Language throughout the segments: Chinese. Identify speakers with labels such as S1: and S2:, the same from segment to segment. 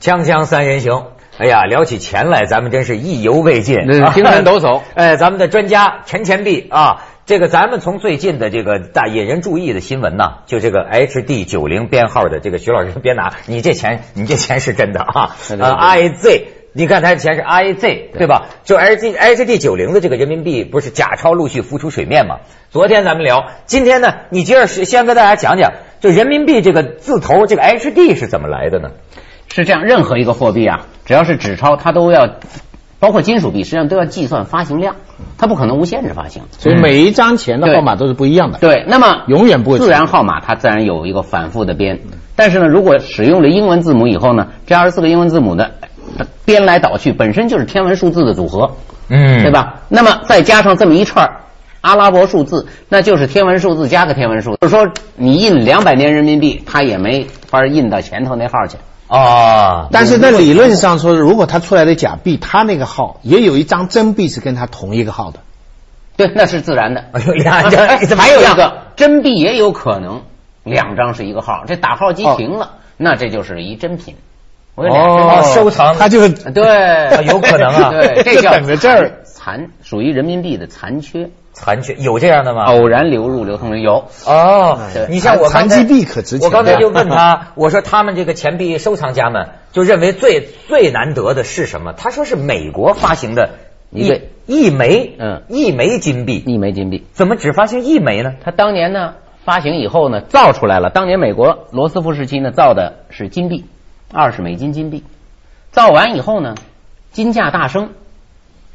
S1: 锵锵三人行，哎呀，聊起钱来，咱们真是意犹未尽，
S2: 嗯精神抖擞
S1: 哎，咱们的专家陈钱币啊，这个咱们从最近的这个大引人注意的新闻呐，就这个 HD 九零编号的这个徐老师，别拿， 你这钱，你这钱是真的啊，
S2: 对对
S1: 呃，IZ。你看，它的钱是 I Z 对吧？就 H D H D 九零的这个人民币不是假钞陆续浮出水面嘛？昨天咱们聊，今天呢，你接着先跟大家讲讲，就人民币这个字头这个 H D 是怎么来的呢？
S2: 是这样，任何一个货币啊，只要是纸钞，它都要，包括金属币，实际上都要计算发行量，它不可能无限制发行。
S3: 所以每一张钱的
S2: 嗯对
S3: 号码都是不一样的。
S2: 对，那么
S3: 永远不会
S2: 自然号码，它自然有一个反复的编。但是呢，如果使用了英文字母以后呢，这二十四个英文字母的呃编来倒去，本身就是天文数字的组合，
S1: 嗯
S2: 对？吧？那么再加上这么一串阿拉伯数字，那就是天文数字加个天文数字。就是说，你印两百年人民币，它也没法印到前头那号去。
S1: 啊，
S3: 但是在理论上说，如果它出来的假币，它那个号也有一张真币是跟它同一个号的。
S2: 对，那是自然的。
S1: 哎呦 俩这
S2: 哎
S1: 怎么
S2: 还有
S1: 这
S2: 一
S1: 样
S2: 个真币也有可能两张是一个号，这打号机停了，那这就是一真品。我有俩真
S1: 哦，
S2: 品
S1: 收藏
S3: 它就是
S2: 啊对，
S1: 有可能啊
S2: 对，这
S3: 就
S2: 叫
S3: 等着这儿
S2: 残，属于人民币的残缺，
S1: 残缺有这样的吗？
S2: 偶然流入流通的有。
S1: 哦
S2: 对，
S1: 你像我刚
S3: 残
S1: 才
S3: 疾币可值钱
S1: 我刚才
S3: 对啊
S1: 就问 他，我说他们这个钱币收藏家们就认为最最难得的是什么？他说是美国发行的
S2: 一
S1: 一
S2: 个
S1: 一枚，
S2: 嗯
S1: 一枚金币，
S2: 一枚金币，
S1: 怎么只发行一枚呢？
S2: 它当年呢发行以后呢造出来了，当年美国罗斯福时期呢造的是金币，二十美金金币，造完以后呢金价大升，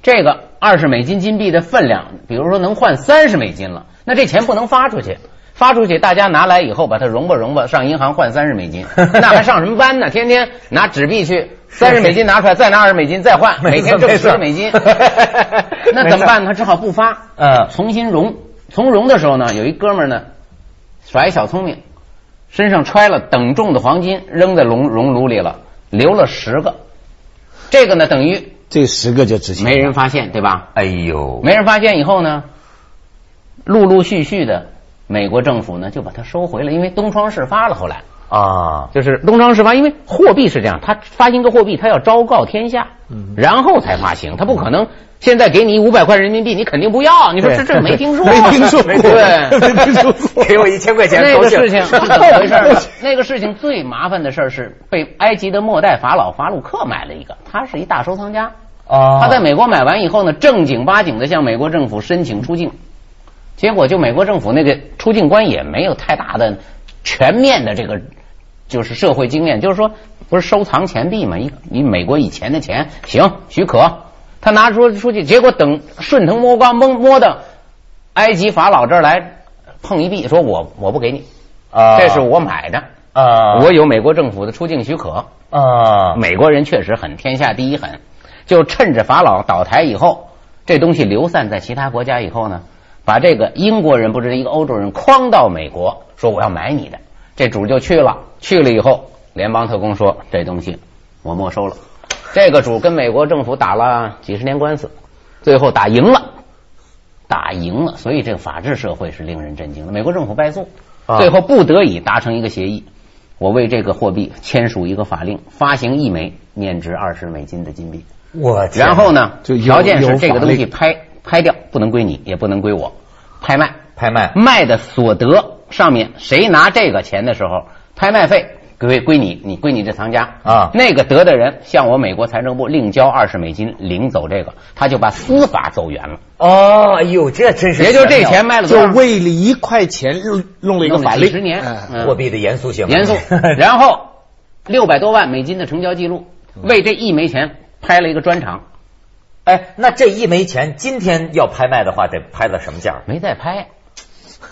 S2: 这个二十美金金币的分量，比如说能换三十美金了，那这钱不能发出去。发出去，大家拿来以后把它融吧融吧，上银行换三十 美金，那还上什么班呢？天天拿纸币去，三十美金拿出来，再拿二十美金再换，每天 挣
S1: 没
S2: 十
S1: 错
S2: 美金
S1: 没错，
S2: 那怎么办呢？他只好不发，
S1: 嗯
S2: 重新融。从融的时候呢，有一哥们儿呢耍一小聪明，身上揣了等重的黄金，扔在熔熔炉里了，留了十个。这个呢，等于
S3: 这十个就值钱。
S2: 没人发现，对吧？
S1: 哎呦，
S2: 没人发现以后呢，陆陆续续的，美国政府呢就把它收回了，因为东窗事发了。后来
S1: 啊，
S2: 就是东窗事发，因为货币是这样，它发行个货币，它要昭告天下，
S3: 嗯
S2: 然后才发行，它不可能现在给你五百块人民币，你肯定不要，你说这这没听说，
S3: 没听说过，
S2: 对。
S3: 没听说过。
S1: 给我一千块钱，
S2: 那
S1: 高
S2: 个
S1: 兴
S2: 事情是怎么回事 呢？那个事情最麻烦的事儿是被埃及的末代法老法鲁克买了一个，他是一大收藏家，
S1: 啊，
S2: 他在美国买完以后呢，正经八经的向美国政府申请出境，结果就美国政府那个出境官也没有太大的全面的这个就是社会经验，就是说不是收藏钱币嘛，一你美国以前的钱行许可，他拿出出去，结果等顺藤摸瓜摸摸到埃及法老这儿来碰一币，说我我不给你，
S1: 啊，
S2: 这是我买的，
S1: 啊，
S2: 我有美国政府的出境许可。
S1: 啊，
S2: 美国人确实狠，天下第一狠，就趁着法老倒台以后，这东西流散在其他国家以后呢，把这个英国人不知一个欧洲人诓到美国，说我要买你的，这主就去了，去了以后，联邦特工说这东西我没收了，这个主跟美国政府打了几十年官司，最后打赢了。打赢了，所以这个法治社会是令人震惊的。美国政府败诉，
S1: 啊
S2: 最后不得已达成一个协议，我为这个货币签署一个法令，发行一枚面值二十美金的金币。
S1: 我天
S2: 然后呢，
S3: 就有
S2: 条件
S3: 有
S2: 是
S3: 法
S2: 这个东西
S3: 令
S2: 拍拍掉，不能归你，也不能归我，拍卖。
S1: 拍卖
S2: 卖的所得上面，谁拿这个钱的时候，拍卖费归归你，你归你这藏家
S1: 啊
S2: 那个得的人向我美国财政部另交二十美金，领走这个，他就把司法走圆了。
S1: 哦，哎呦，这真是
S2: 也就
S1: 玄
S2: 这
S1: 妙
S2: 钱卖了多
S3: 就
S2: 少？
S3: 为了一块钱弄弄了一个法
S2: 弄了
S3: 律，
S2: 几十年
S3: 哎
S2: 嗯
S1: 货币的严肃性，
S2: 严肃。然后六百多万美金的成交记录，为这一枚钱拍了一个专场，
S1: 哎，那这一枚钱今天要拍卖的话，得拍到什么价儿？
S2: 没再拍。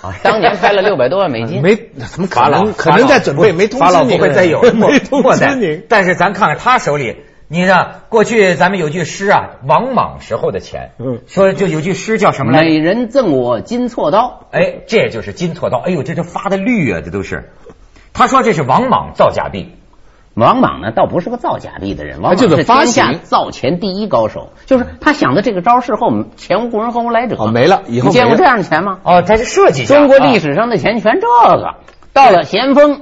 S1: 啊
S2: 当年拍了 六百多万美金，
S3: 没怎么可
S1: 法老
S3: 能？可能在准备，没通
S1: 法
S3: 知
S1: 老
S3: 你，
S1: 不会再 有
S3: 没通
S1: 末
S3: 知
S1: 代
S3: 你。
S1: 但是咱看看他手里，你看过去咱们有句诗啊，王莽时候的钱，
S3: 嗯
S1: 说就有句诗叫什么来着？
S2: 每人赠我金锉刀。
S1: 哎，这就是金错刀。哎呦，这都发的绿啊，这都是。他说这是王莽造假币，
S2: 王莽呢，倒不是个造假币的人，王莽
S3: 他就是
S2: 是
S3: 发
S2: 天下
S3: 行
S2: 造钱第一高手，就是他想的这个招，事后前无古人后无来者。
S3: 哦，没了，以后
S2: 你见
S3: 没了
S2: 过这样的钱吗？
S1: 哦，他是设计家。
S2: 中国历史上的钱全这个，到了咸丰。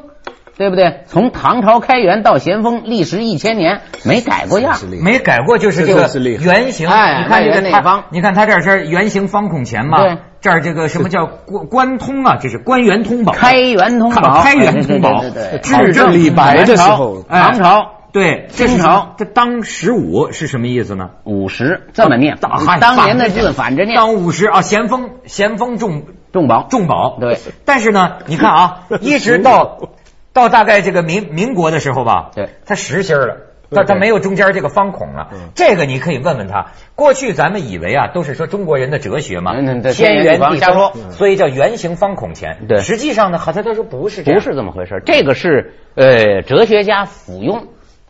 S2: 对不对？从唐朝开元到咸丰，历时一千年没改过样。
S3: 是厉害
S1: 没改过就是这
S3: 这
S1: 个
S3: 就是厉害
S1: 圆形，
S2: 哎
S1: 你看这
S2: 外圆
S1: 个
S2: 内
S1: 它
S2: 方
S1: 你看它这儿这儿圆形方孔钱嘛
S2: 对，
S1: 这儿这个什么叫关关通啊？这是关元通宝，
S2: 开元通
S3: 啊
S2: 宝，哎
S1: 开元通宝
S2: 对对对对，对
S1: 至正
S3: 李白的时候
S1: 哎
S2: 唐朝
S1: 对，这是
S2: 清朝
S1: 这当十五是什么意思呢？
S2: 五十这么念，
S1: 大汉
S2: 当年的字反着念，
S1: 当五十啊，咸丰咸丰重
S2: 重宝
S1: 重宝。
S2: 对
S1: 但是 呢，你看啊，一直到到大概这个民民国的时候吧，
S2: 对，
S1: 它实心儿了。
S3: 对
S1: 它它
S3: 对
S1: 没有中间这个方孔了
S3: 嗯，
S1: 这个你可以问问他。过去咱们以为啊，都是说中国人的哲学嘛
S2: 嗯嗯，对
S1: 天
S2: 天
S1: 圆
S2: 圆
S1: 地
S2: 地
S1: 方
S2: 方嗯
S1: 所以叫圆形方孔钱。
S2: 对
S1: 实际上呢，好像他说不是这样，
S2: 不是这么回事。这个是呃哲学家附庸，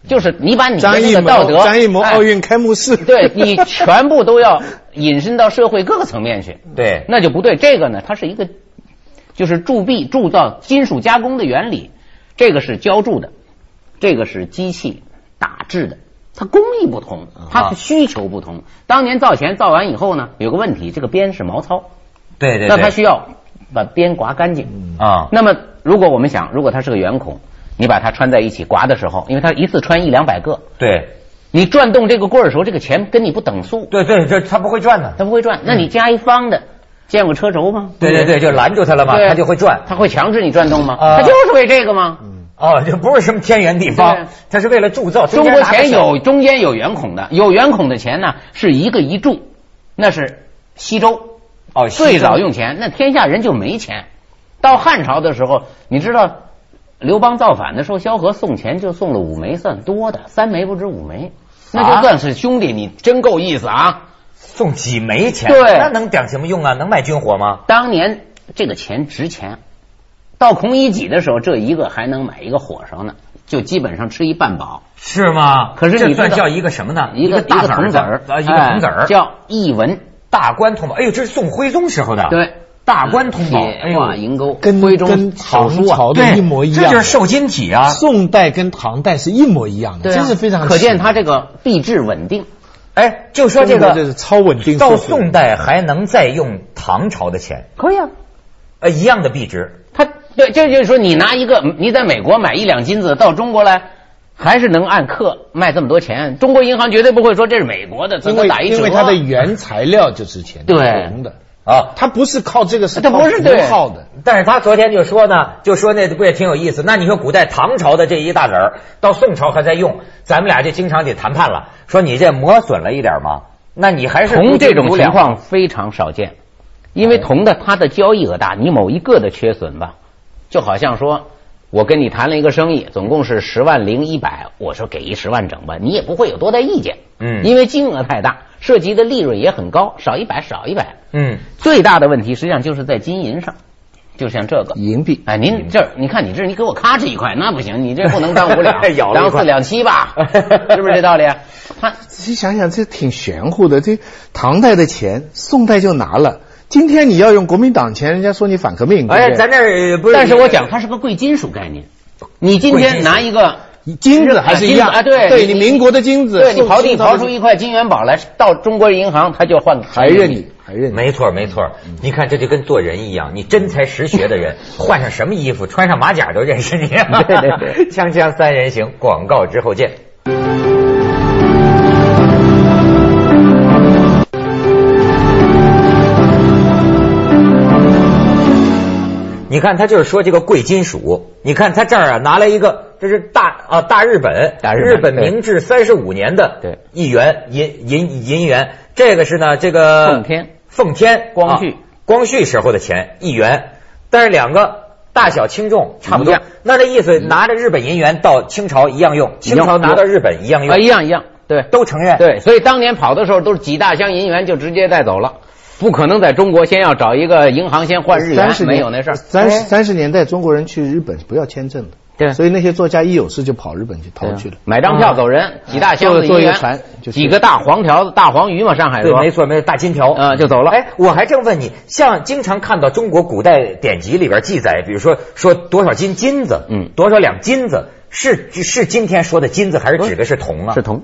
S2: 就是你把你的
S3: 张
S2: 那
S3: 艺
S2: 个道
S3: 谋，
S2: 德，
S3: 张艺谋
S2: 哎
S3: 奥运开幕式，
S2: 对你全部都要引申到社会各个层面去，
S1: 对，
S2: 那就不对。这个呢，它是一个就是铸币铸造金属加工的原理，这个是浇铸的，这个是机器打制的。它工艺不同，
S3: 啊
S2: 它需求不同。当年造钱造完以后呢，有个问题，这个边是毛糙，
S1: 对对对。
S2: 那它需要把边刮干净。
S1: 啊，
S2: 那么，如果我们想，如果它是个圆孔，你把它穿在一起刮的时候，因为它一次穿一两百个，
S1: 对
S2: 你转动这个棍儿的时候，这个钱跟你不等速，
S1: 对对，这他不会转呢。
S2: 它不会转。那你加一方的，见过车轴吗？
S1: 对对对，就拦住他了嘛，
S2: 对
S1: 他就会转。
S2: 它会强制你转动吗？
S1: 啊
S2: 它就是为这个吗？
S1: 哦，这不是什么天圆地
S2: 对
S1: 方，它是为了铸造。
S2: 中国钱
S1: 钱
S2: 有中间有圆孔的，有圆孔的钱呢是一个一铢，那是西周
S1: 哦，
S2: 最早用钱，那天下人就没钱。到汉朝的时候，你知道刘邦造反的时候，萧何送钱就送了五枚，算多的，三枚不止五枚，那
S1: 啊
S2: 就算是兄弟，你真够意思啊！
S1: 送几枚钱，
S2: 对
S1: 那能讲什么用啊？能卖军火吗？
S2: 当年这个钱值钱，到孔乙己的时候，这一个还能买一个火烧呢，就基本上吃一半饱。
S1: 是吗？
S2: 可是
S1: 这
S2: 你知道
S1: 算叫一个什么呢？
S2: 一个
S1: 大
S2: 一个铜子
S1: 儿
S2: 儿
S1: 啊，一个铜子儿
S2: 哎叫一文，
S1: 大关通宝。哎呦，这是宋徽宗时候的，，
S2: 对，
S1: 啊大关通宝。哎
S2: 铁挂
S1: 呦，
S2: 银钩，
S3: 跟
S2: 徽宗
S3: 跟
S2: 手
S3: 唐
S2: 书啊，
S3: 朝的
S1: 对，
S3: 一模一样，
S1: 这就是瘦金体啊。
S3: 宋代跟唐代是一模一样的，
S2: 对啊
S3: 真是非常
S2: 可见
S3: 奇怪
S2: 它这个币制稳定。
S1: 哎，就说这
S3: 中国这
S1: 个
S3: 是超稳定
S1: 到
S3: 社会
S1: 宋代还能再用唐朝的钱，
S2: 可以啊，
S1: 呃，一样的币值。
S2: 它对，这就是说你拿一个，嗯你在美国买一两金子到中国来。还是能按克卖这么多钱，中国银行绝对不会说这是美国的，怎
S3: 因
S2: 么
S3: 为
S2: 打一折啊？
S3: 因为它的原材料就是钱，
S2: 对
S3: 铜的，
S1: 啊，
S3: 它不是靠这个是
S2: 它不是
S3: 靠
S2: 对
S3: 符号的，
S1: 但是他昨天就说呢，就说那不也挺有意思？那你说古代唐朝的这一大子儿，到宋朝还在用，咱们俩就经常得谈判了，说你这磨损了一点嘛，那你还是
S2: 铜
S1: 不
S2: 这种
S1: 不
S2: 情
S1: 了
S2: 况非常少见，因为铜的它的交易额大，你某一个的缺损吧，就好像说我跟你谈了一个生意，总共是十万零一百，我说给一十万整吧，你也不会有多大意见，
S1: 嗯
S2: 因为金额太大，涉及的利润也很高，少一百少一百，
S1: 嗯，
S2: 最大的问题实际上就是在金银上，就像这个。
S3: 银币
S2: 哎，您这儿你看你这儿你给我咔哧一块，那不行，你这不能当五 两
S1: 咬，了一块
S2: 当四两七吧，是不是这道理啊？他
S3: 仔细想想，这挺玄乎的。这唐代的钱，宋代就拿了，今天你要用国民党钱，人家说你反革命。
S1: 哎，
S3: 对不对
S1: 咱这儿不是，
S2: 但是我讲它是个贵金属概念。你今
S1: 贵金
S2: 天
S1: 属
S2: 拿一个
S3: 金子还是一样
S2: 啊，对，
S3: 对你民国的金子，
S2: 对你
S3: 宋
S2: 刨
S3: 宋
S2: 地
S3: 朝
S2: 刨
S3: 的
S2: 出一块金元宝来，到中国银行他就换
S3: 还认你，
S2: 哎
S3: 还认你。
S1: 没错没错，
S2: 嗯
S1: 你看这就跟做人一样，你真才实学 的人，换上什么衣服，穿上马甲都认识你。
S2: 对对对，
S1: 锵锵三人行，广告之后见。你看他就是说这个贵金属，你看他这儿啊拿来一个，这是大啊大日本，
S2: 大日
S1: 日
S2: 本
S1: 本
S2: 对
S1: 明治三十五年的
S2: 对
S1: 一元银银银元，这个是呢这个
S2: 奉天
S1: 奉天
S2: 光绪
S1: 啊光绪时候的钱一元，但是两个大小轻重差不
S2: 一
S1: 多
S2: 样，嗯
S1: 那这意思拿着日本银元到清朝一样用，
S2: 一样
S1: 清朝拿到日本一样
S3: 嗯
S2: 啊，一
S1: 用，
S2: 样一样，对
S1: 都承认。
S2: 对，所以当年跑的时候都是几大箱银元就直接带走了，不可能在中国先要找一个银行先换日元
S3: 三十，
S2: 没
S3: 年
S2: 有那事儿，哎
S3: 三十三十年代中国人去日本是不要签证的，
S2: 对啊
S3: 所以那些作家一有事就跑日本去逃去了。
S2: 买张票走人，几大箱子
S3: 坐坐
S2: 银
S3: 一个
S2: 元
S3: 船就，去
S2: 几个大黄条子、大黄鱼嘛，上海
S1: 对，
S2: 说
S1: 没错，没错，大金条
S2: 啊就走了
S1: 哎，我还正问你，像经常看到中国古代典籍里边记载，比如说说多少斤金子，
S2: 嗯
S1: 多少两金子，是是今天说的金子，还是指的是铜啊？
S2: 是铜。嗯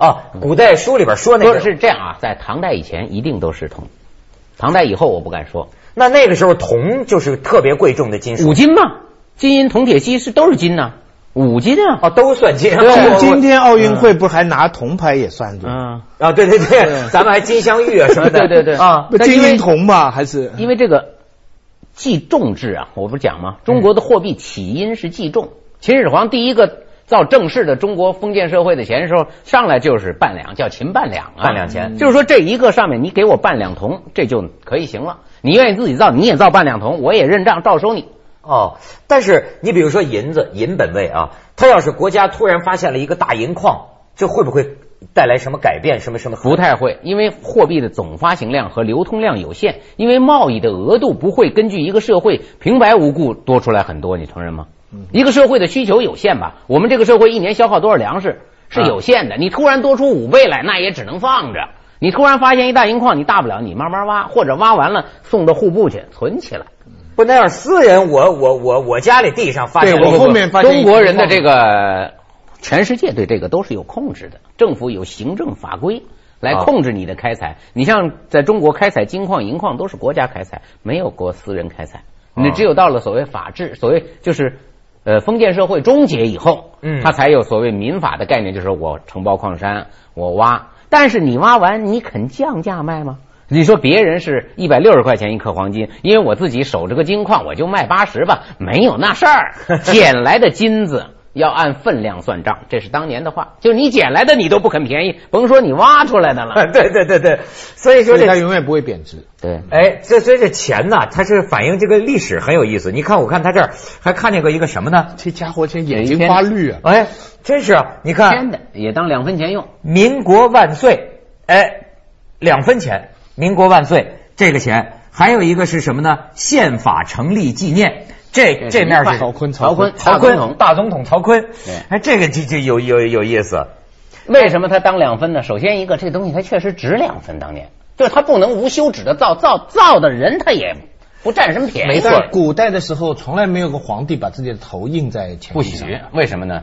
S1: 啊，古代书里边说那
S2: 不
S1: 个
S2: 是是这样啊，在唐代以前一定都是铜，唐代以后我不敢说
S1: 那那个时候铜就是特别贵重的金属，
S2: 五金嘛，金银铜铁锡是都是金呐、五金啊。
S1: 哦，都算金。
S2: 对啊
S1: 我
S3: 今
S1: 我
S3: 今天奥运会不是还拿铜牌也算入？
S2: 嗯，
S1: 啊，对对对，咱们还金镶玉啊什么的。
S2: 对对对
S1: 啊，
S3: 不
S2: 但因
S3: 金
S2: 为
S3: 银铜吧，还是
S2: 因为这个计重制啊，我不是讲吗？中国的货币起因是计重。秦始皇第一个造正式的中国封建社会的钱的时候，上来就是半两，叫秦半两啊，
S1: 半两钱
S2: 就是说这一个上面你给我半两铜，这就可以行了。你愿意自己造，你也造半两铜，我也认账，照收你。
S1: 哦，但是你比如说银子，银本位啊，它要是国家突然发现了一个大银矿，这会不会带来什么改变？什么什么？
S2: 不太会，因为货币的总发行量和流通量有限，因为贸易的额度不会根据一个社会平白无故多出来很多，你承认吗？一个社会的需求有限吧，我们这个社会一年消耗多少粮食是有限的，你突然多出五倍来，那也只能放着。你突然发现一大银矿，你大不了你慢慢挖，或者挖完了送到户部去存起来。
S1: 不，那要是私人，我我我我家里地上发现
S3: 对我
S1: 了一
S3: 后
S1: 个
S3: 面发现
S2: 中国人的这个，全世界对这个都是有控制的，政府有行政法规来
S1: 啊
S2: 控制你的开采。你像在中国开采金矿、银矿都是国家开采，没有过私人开采。
S1: 啊
S2: 你只有到了所谓法治，所谓就是呃封建社会终结以后，
S1: 嗯
S2: 它才有所谓民法的概念，就是我承包矿山，我挖。但是你挖完，你肯降价卖吗？你说别人是一百六十块钱一克黄金，因为我自己守着个金矿，我就卖八十吧，没有那事 儿。捡来的金子要按分量算账，这是当年的话。就你捡来的你都不肯便宜，甭说你挖出来的 了。
S1: 对对对对，所以说
S3: 所以
S1: 这
S3: 它永远不会贬值。
S2: 对，
S1: 哎，这所以这钱呢，它是反映这个历史很有意思。你看，我看他这儿还看见过一个什么呢？
S3: 这家伙现在眼睛发绿啊！
S1: 哎，真是啊！你
S2: 天
S1: 看，
S2: 的也当两分钱用。
S1: 民国万岁，哎，两分钱，民国万岁这个钱，还有一个是什么呢？宪法成立纪念，这这面是
S3: 曹锟
S2: 曹锟，
S1: 曹
S2: 曹
S1: 锟
S2: 锟。
S1: 大总统曹锟
S2: 对，
S1: 哎，这个这这有有有意思，
S2: 为什么它当两分呢？首先一个，这东西它确实值两分，当年就是它不能无休止的造，造造的人他也不占什么便宜。
S1: 没错
S3: 在古代的时候，从来没有个皇帝把自己的头印在钱
S2: 不
S3: 币上。
S2: 许，为什么呢？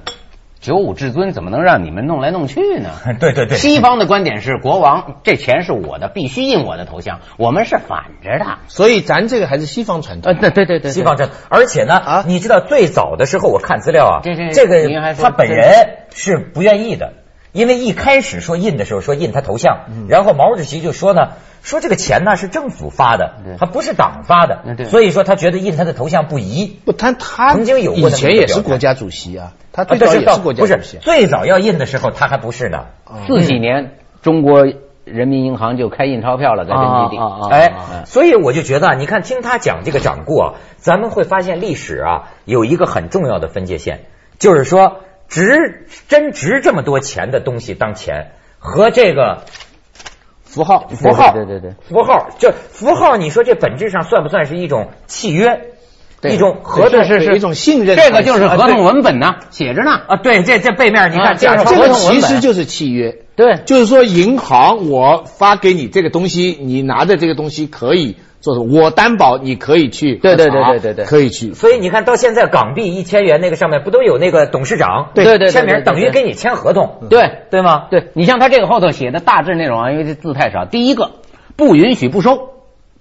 S2: 九五至尊怎么能让你们弄来弄去呢？
S1: 对对对
S2: 西方的观点是国王这钱是我的，必须印我的头像，我们是反着的。
S3: 所以咱这个还是西方传统。
S2: 呃，对对对对，
S1: 西方这，而且呢，
S3: 啊
S1: 你知道最早的时候，我看资料啊，
S2: 这这
S1: 这
S2: 您
S1: 个
S2: 还说
S1: 他本人是不愿意的，因为一开始说印的时候说印他头像，然后毛主席就说呢，说这个钱呢是政府发的
S2: 对，
S1: 还不是党发的
S2: 嗯，对
S1: 所以说他觉得印他的头像不宜。
S3: 不，他他
S1: 曾经有过
S3: 以
S1: 那么一个
S3: 前也是
S1: 表态
S3: 国家主席啊，他
S1: 啊
S3: 最早
S1: 但
S3: 也
S1: 到
S3: 是国家
S1: 不是
S3: 主席啊。
S1: 最早要印的时候，他还不是呢。
S2: 四几年中国人民银行就开印钞票了，在根据地。
S3: 啊啊啊
S1: 哎，所以我就觉得啊，你看听他讲这个掌故啊，咱们会发现历史啊有一个很重要的分界线，就是说值真值这么多钱的东西当钱和这个
S3: 符号
S1: 符号，
S2: 对对对对
S1: 符号就符号，你说这本质上算不算是一种契约，
S2: 对
S1: 一种合同？
S2: 是是
S3: 有一种信任
S2: 这个就是
S1: 啊
S2: 合
S1: 对
S2: 同文本呢，写着呢。
S1: 啊，对，这这背面你
S2: 啊
S1: 看，
S2: 这
S1: 假
S2: 是
S1: 装
S3: 这
S2: 合
S3: 个
S2: 同文
S3: 其
S2: 本
S3: 实就是契约，
S2: 对，
S3: 就是说银行我发给你这个东西，你拿着这个东西可以做什么？我担保你可以去
S2: 对对
S3: 核查
S2: 对对对对
S3: 可以去。
S1: 所以你看到现在港币一千元那个上面不都有那个董事长
S2: 对对对对
S1: 签名，
S2: 对对
S1: 等于
S2: 对
S1: 给你签合同，
S2: 对
S1: 对吗？
S2: 对，你像他这个后头写的大致内容啊，因为这字太少。第一个，不允许不收。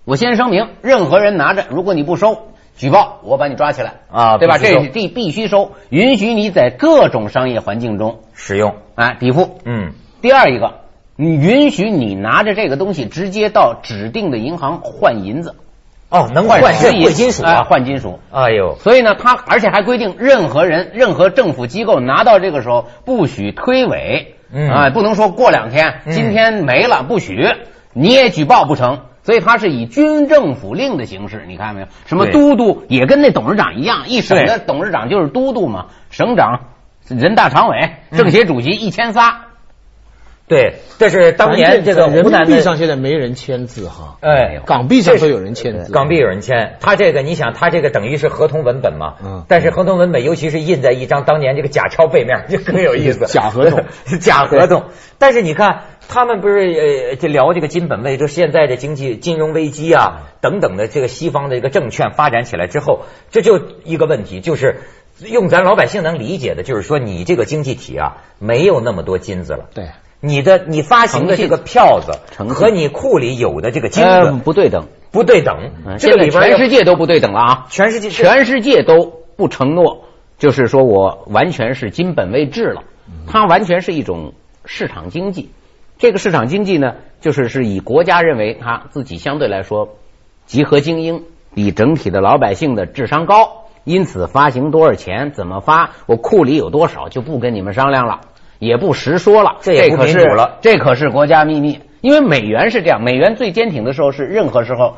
S2: 我先声明，任何人拿着，如果你不收，举报，我把你抓起来
S1: 啊
S2: 对吧？
S1: 必须收
S2: 这是必必须收，允许你在各种商业环境中
S1: 使用，
S2: 啊抵付。
S1: 嗯。
S2: 第二一个，你允许你拿着这个东西直接到指定的银行换银子，
S1: 哦，能换
S2: 是
S1: 这贵金属啊！
S2: 换金属。
S1: 哎呦，
S2: 所以呢，他而且还规定，任何人、任何政府机构拿到这个时候，不许推诿，
S1: 嗯
S2: 啊，不能说过两天，
S1: 嗯
S2: 今天没了不许，你也举报不成。所以他是以军政府令的形式，你看没有？什么
S1: 对
S2: 都督也跟那董事长一样，一省的
S1: 对
S2: 董事长就是都督嘛，省长、人大常委、
S1: 嗯
S2: 政协主席一千仨，
S1: 对，这是当年这个
S3: 人
S1: 湖
S3: 民
S1: 南
S3: 币
S1: 的，
S3: 上现在没人签字哈，
S1: 哎，
S3: 港币上都有人签字。
S1: 港币有人签，他这个你想，他这个等于是合同文本嘛，
S3: 嗯
S1: 但是合同文本尤其是印在一张当年这个假钞背面，就更有意思，
S3: 假合同，
S1: 假合同。但是你看，他们不是呃，就聊这个金本位，就现在的经济金融危机啊等等的，这个西方的一个证券发展起来之后，这就一个问题，就是用咱老百姓能理解的，就是说你这个经济体啊，没有那么多金子了。
S3: 对，
S1: 你的你发行的这个嗯票子
S2: 诚信
S1: 和你库里有的这个金
S2: 呃，
S1: 子
S2: 不对等。
S1: 不对等
S2: 嗯，
S1: 这个里
S2: 现在
S1: 边
S2: 全
S1: 有
S2: 世界都不对等了啊！
S1: 全世界
S2: 全世界都不承诺，就是说我完全是金本位制了，它完全是一种市场经济。这个市场经济呢，就是是以国家认为它自己相对来说集合精英，比整体的老百姓的智商高，因此发行多少钱，怎么发，我库里有多少就不跟你们商量了，也不实说了，
S1: 这也不
S2: 可
S1: 民
S2: 是
S1: 主了
S2: 这可是国家秘密。因为美元是这样，美元最坚挺的时候是任何时候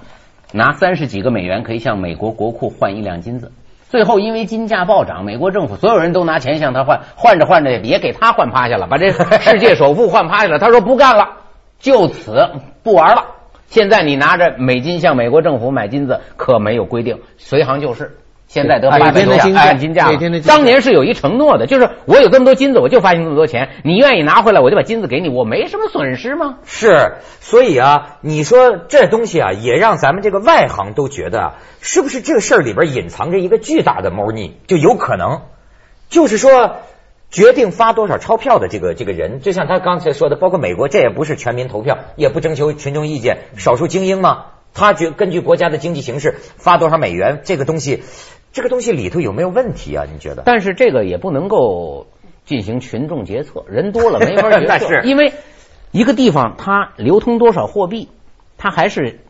S2: 拿三十几个美元可以向美国国库换一两金子。最后因为金价暴涨，美国政府所有人都拿钱向他换，换着换着也给他换趴下了，把这世界首富换趴下了。他说不干了，就此不玩了。现在你拿着美金向美国政府买金子，可没有规定，随行就市。现在得
S3: 对
S2: 八百多
S3: 哎每天的金价
S2: 按金价
S3: 每
S2: 了
S3: 天的，金价
S2: 当年是有一承诺的，就是我有这么多金子，我就发行这么多钱，你愿意拿回来，我就把金子给你，我没什么损失吗？
S1: 是，所以啊，你说这东西啊，也让咱们这个外行都觉得啊，是不是这个事儿里边隐藏着一个巨大的猫腻？就有可能，就是说决定发多少钞票的这个这个人，就像他刚才说的，包括美国，这也不是全民投票，也不征求群众意见，少数精英嘛，他觉根据国家的经济形势发多少美元，这个东西，这个东西里头有没有问题啊？你觉得？
S2: 但是这个也不能够进行群众决策，人多了没法决 策。
S1: 那是
S2: 因为一个地方它流通多少货币，它还是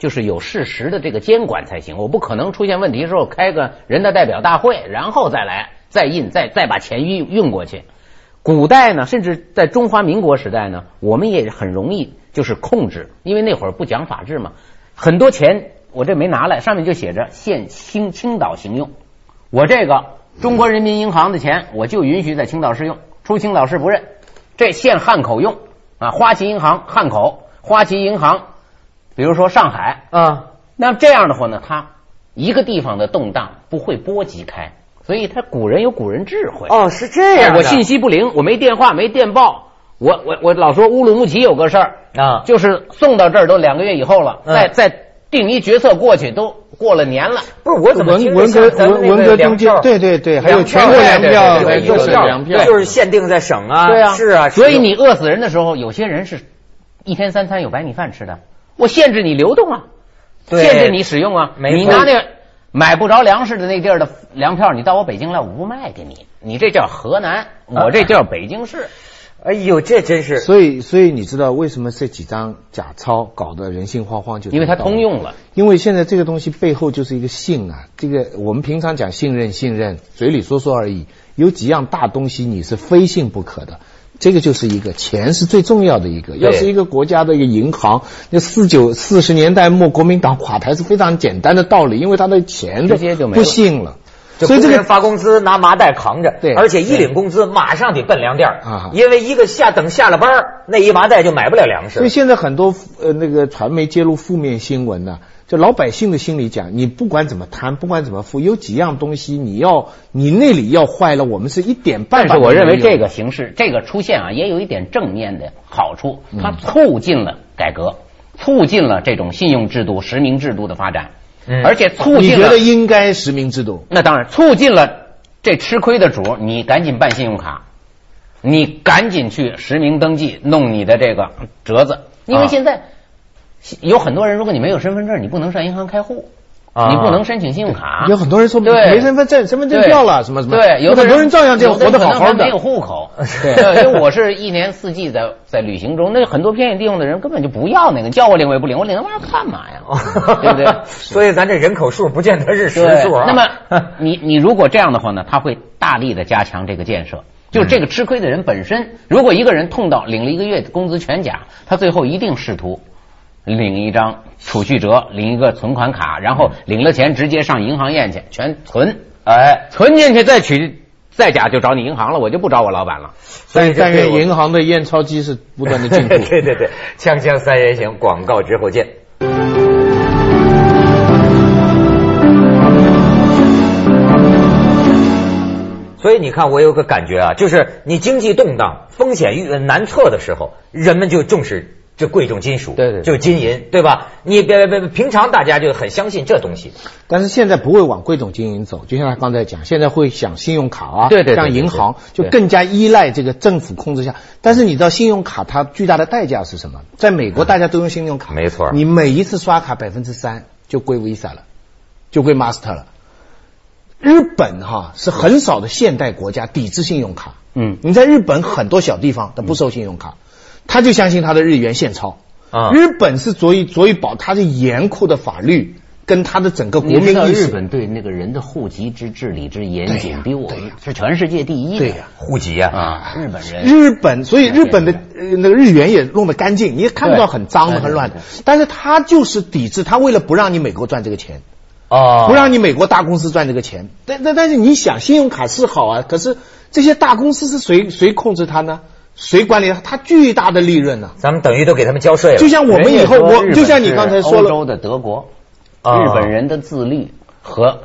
S2: 就是有事实的这个监管才行。我不可能出现问题的时候开个人大代表大会，然后再来再印再再把钱运运过去。古代呢，甚至在中华民国时代呢，我们也很容易就是控制，因为那会儿不讲法治嘛，很多钱我这没拿来，上面就写着限青青岛行用，我这个中国人民银行的钱我就允许在青岛市用，出青岛市不认，这限汉口用啊，花旗银行汉口，花旗银行，比如说上海，
S1: 啊，
S2: 那这样的话呢，它一个地方的动荡不会波及开，所以它古人有古人智慧。
S1: 哦，是这样的，
S2: 我信息不灵，我没电话，没电报，我我我老说乌鲁木齐有个事儿，
S1: 啊，
S2: 就是送到这儿都两个月以后了，
S1: 嗯
S2: 再再定一决策过去都过了年了。
S1: 不是我怎么
S3: 文
S1: 听着
S3: 文
S1: 像
S3: 革
S1: 咱们那
S3: 文文
S1: 个
S3: 革
S1: 粮
S3: 中间
S1: 票，
S3: 对对对，还有
S2: 粮票
S3: 全国粮
S2: 对对
S3: 票，
S2: 对
S3: 还
S2: 对
S3: 有各省
S2: 对对
S3: 粮票，
S1: 就是限定在省啊，
S2: 对啊，
S1: 是啊，
S2: 所以
S1: 是
S2: 你饿死人的时候，有些人是一天三餐有白米饭吃的，我限制你流动啊，
S1: 对
S2: 限制你使用啊，
S1: 没错
S2: 你拿那个买不着粮食的那地儿的粮票，你到我北京来，我不卖给你，你这叫河南，我这叫北京市。
S1: 哎呦，这真是
S3: 所以，所以你知道为什么这几张假钞搞得人心惶惶就？
S2: 因为它通，用了，
S3: 因为现在这个东西背后就是一个信啊。这个我们平常讲信任，信任嘴里说说而已，有几样大东西你是非信不可的。这个就是一个钱是最重要的一个，要是一个国家的一个银行，那四九四十年代末国民党垮台是非常简单的道理，因为他的钱都
S2: 直接就没
S3: 不
S2: 了
S3: 信了，
S1: 这
S3: 所以
S1: 工
S3: 这
S1: 人
S3: 个
S1: 发工资拿麻袋扛着，
S3: 对
S1: 而且一领工资马上得奔粮店儿
S3: 啊
S1: 因为一个下等下了班儿那一麻袋就买不了粮
S3: 所以
S1: 食。
S3: 现在很多呃那个传媒揭露负面新闻呢、就老百姓的心里讲，你不管怎么贪，不管怎么富，有几样东西你要你那里要坏了，我们是一点办
S2: 但
S3: 法
S2: 是
S3: 都没有。
S2: 我认为这个形式，这个出现啊，也有一点正面的好处，它促进了改革，促进了这种信用制度、实名制度的发展，
S1: 嗯
S2: 而且促
S3: 你
S2: 进了
S3: 觉得应该实名制度？
S2: 那当然，促进了这吃亏的主，你赶紧办信用卡，你赶紧去实名登记，弄你的这个折子，因为现在、有很多人，如果你没有身份证，你不能上银行开户，
S1: 啊，
S2: 你不能申请信用卡。
S3: 有很多人说
S2: 对
S3: 没身份证，身份证
S2: 对
S3: 掉了什么什么，
S2: 对，有的
S3: 很多人照样这样
S2: 有
S3: 活得
S2: 的
S3: 好
S2: 可能
S3: 好
S2: 还没有
S3: 的。
S2: 户 口对，因为我是一年四季在在旅行中，那很多偏远地方的人根本就不要那个，叫我领我也不领，我领那玩意儿干 嘛呀？对不对？
S1: 所以咱这人口数不见得是实
S2: 对，
S1: 数啊。
S2: 那么你你如果这样的话呢，他会大力的加强这个建设。就是这个吃亏的人本身，如果一个人痛到领了一个月工资全假，他最后一定试图领一张储蓄折，领一个存款卡，然后领了钱直接上银行验去，全存，
S1: 哎，
S2: 存进去再取再假就找你银行了，我就不找我老板了。
S1: 所以
S3: 但
S1: 这
S3: 但
S1: 对
S3: 愿
S1: 我
S3: 银行的验钞机是不断的进步。
S1: 对对对，锵锵三人行，广告之后见。所以你看，我有个感觉啊，就是你经济动荡、风险遇难测的时候，人们就重视这贵重金属，
S2: 对对对
S1: 就金银，对吧？你别别，别平常大家就很相信这东西，
S3: 但是现在不会往贵种经营走，就像他刚才讲，现在会想信用卡啊，
S2: 对对对
S3: 像银行就更加依赖这个政府控制下。但是你知道信用卡它巨大的代价是什么？在美国大家都用信用
S2: 嗯
S3: 卡，
S1: 没错
S3: 你每一次刷卡百分之三就归 Visa 了，就归 Master 了。日本哈、是很少的现代国家抵制信用卡。
S2: 嗯
S3: 你在日本很多小地方它不收信用卡，他就相信他的日元现钞。
S1: 啊
S3: 日本是佐以佐以保它的严酷的法律跟它的整个国
S2: 你
S3: 民
S2: 知道
S3: 意
S2: 日
S3: 识。
S2: 本对那个人的户籍之治理之严
S3: 对
S2: 谨
S3: 呀，
S2: 比我
S3: 对呀
S2: 们是全世界第一的。
S3: 对呀
S1: 户籍呀、
S2: 啊，日本人
S3: 日本，所以日本的呃那个日元也弄得干净，你也看不到很脏的、
S2: 对
S3: 很乱的
S2: 对。
S3: 但是他就是抵制，他为了不让你美国赚这个钱，
S1: 哦，
S2: 啊
S3: 不让你美国大公司赚这个钱。但但但是你想，信用卡是好啊，可是这些大公司是谁谁控制它呢？谁管理它？它巨大的利润呢、啊
S1: 咱们等于都给他们交税了。
S3: 就像我们以后，
S2: 人家说日
S3: 我
S2: 本
S3: 就像你刚才说
S2: 是欧
S3: 了，
S2: 洲的德国，
S1: 啊
S2: 日本人的自律和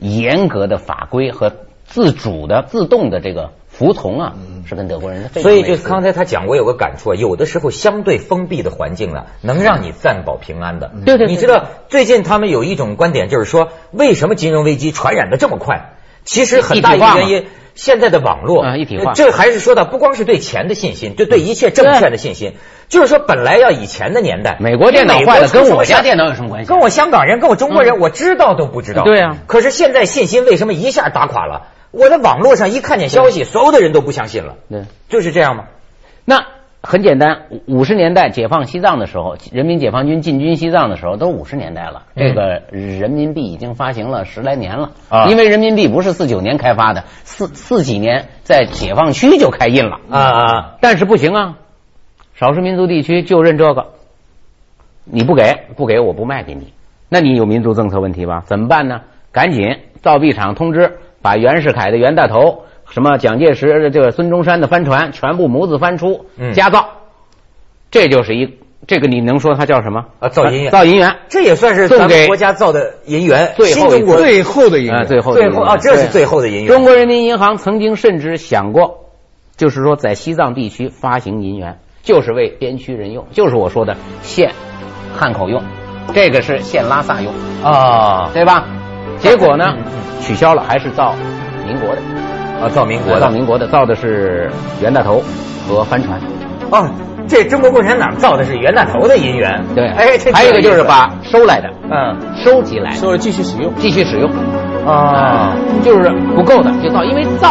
S2: 严格的法规和自主的自动的这个服从啊，
S3: 嗯
S2: 是跟德国人的非常
S1: 所以
S2: 类
S1: 就
S2: 似的
S1: 刚才他讲，我有个感触，啊，有的时候相对封闭的环境啊，能让你暂保平安的。
S2: 对对对
S1: 你知道最近他们有一种观点，就是说为什么金融危机传染的这么快？其实很大一个原
S2: 一
S1: 因，现在的网络呃
S2: 啊一体化
S1: 这还是说到不光是对钱的信心，就对一切证券的信心。就是说，本来要以前的年代，
S2: 美国电脑
S1: 你美
S2: 坏了
S1: 出什么
S2: 跟我家
S1: 事儿
S2: 电脑有什么关系嗯
S1: 跟我香港人，跟我中国人，我知道都不知道。
S2: 对啊
S1: 可是现在信心为什么一下打垮了？我在网络上一看见消息，所有的人都不相信了。
S2: 对。
S1: 就是这样吗？
S2: 那很简单，五五十年代解放西藏的时候，人民解放军进军西藏的时候，都五十年代了。
S1: 嗯
S2: 这个人民币已经发行了十来年了，
S1: 啊
S2: 因为人民币不是四九年开发的，四四几年在解放区就开印了。
S1: 啊啊！
S2: 但是不行啊，少数民族地区就认这个，你不给不给我不卖给你，那你有民族政策问题吧？怎么办呢？赶紧造币厂通知，把袁世凯的袁大头、什么蒋介石的这个孙中山的帆船全部模子翻出
S1: 嗯，
S2: 加造，这就是一这个你能说它叫什么？
S1: 啊造银元
S2: 造银元。
S1: 这也算是咱们国家造的银元，
S2: 送给
S1: 新中国
S3: 最后的一
S2: 啊，
S3: 个，
S2: 最后
S1: 最后啊，这是最后的银
S2: 中
S1: 元。
S2: 国人民银行曾经甚至想过，就是说在西藏地区发行银元，就是为边区人用，就是我说的限汉口用，这个是限拉萨用，
S1: 啊
S2: 对吧？结果呢
S1: 嗯嗯，
S2: 取消了，还是造民国的，
S1: 啊，造民国
S2: 造
S1: 的
S2: 民国的，造的是袁大头和帆船。
S1: 哦，这中国共产党造的是袁大头的银元。
S2: 对，
S1: 哎，这
S2: 还有一个就是把收来的、
S1: 嗯
S2: 收集来的
S3: 收了继续使用。
S2: 继续使用。
S1: 啊
S2: 啊，就是不够的就造，因为造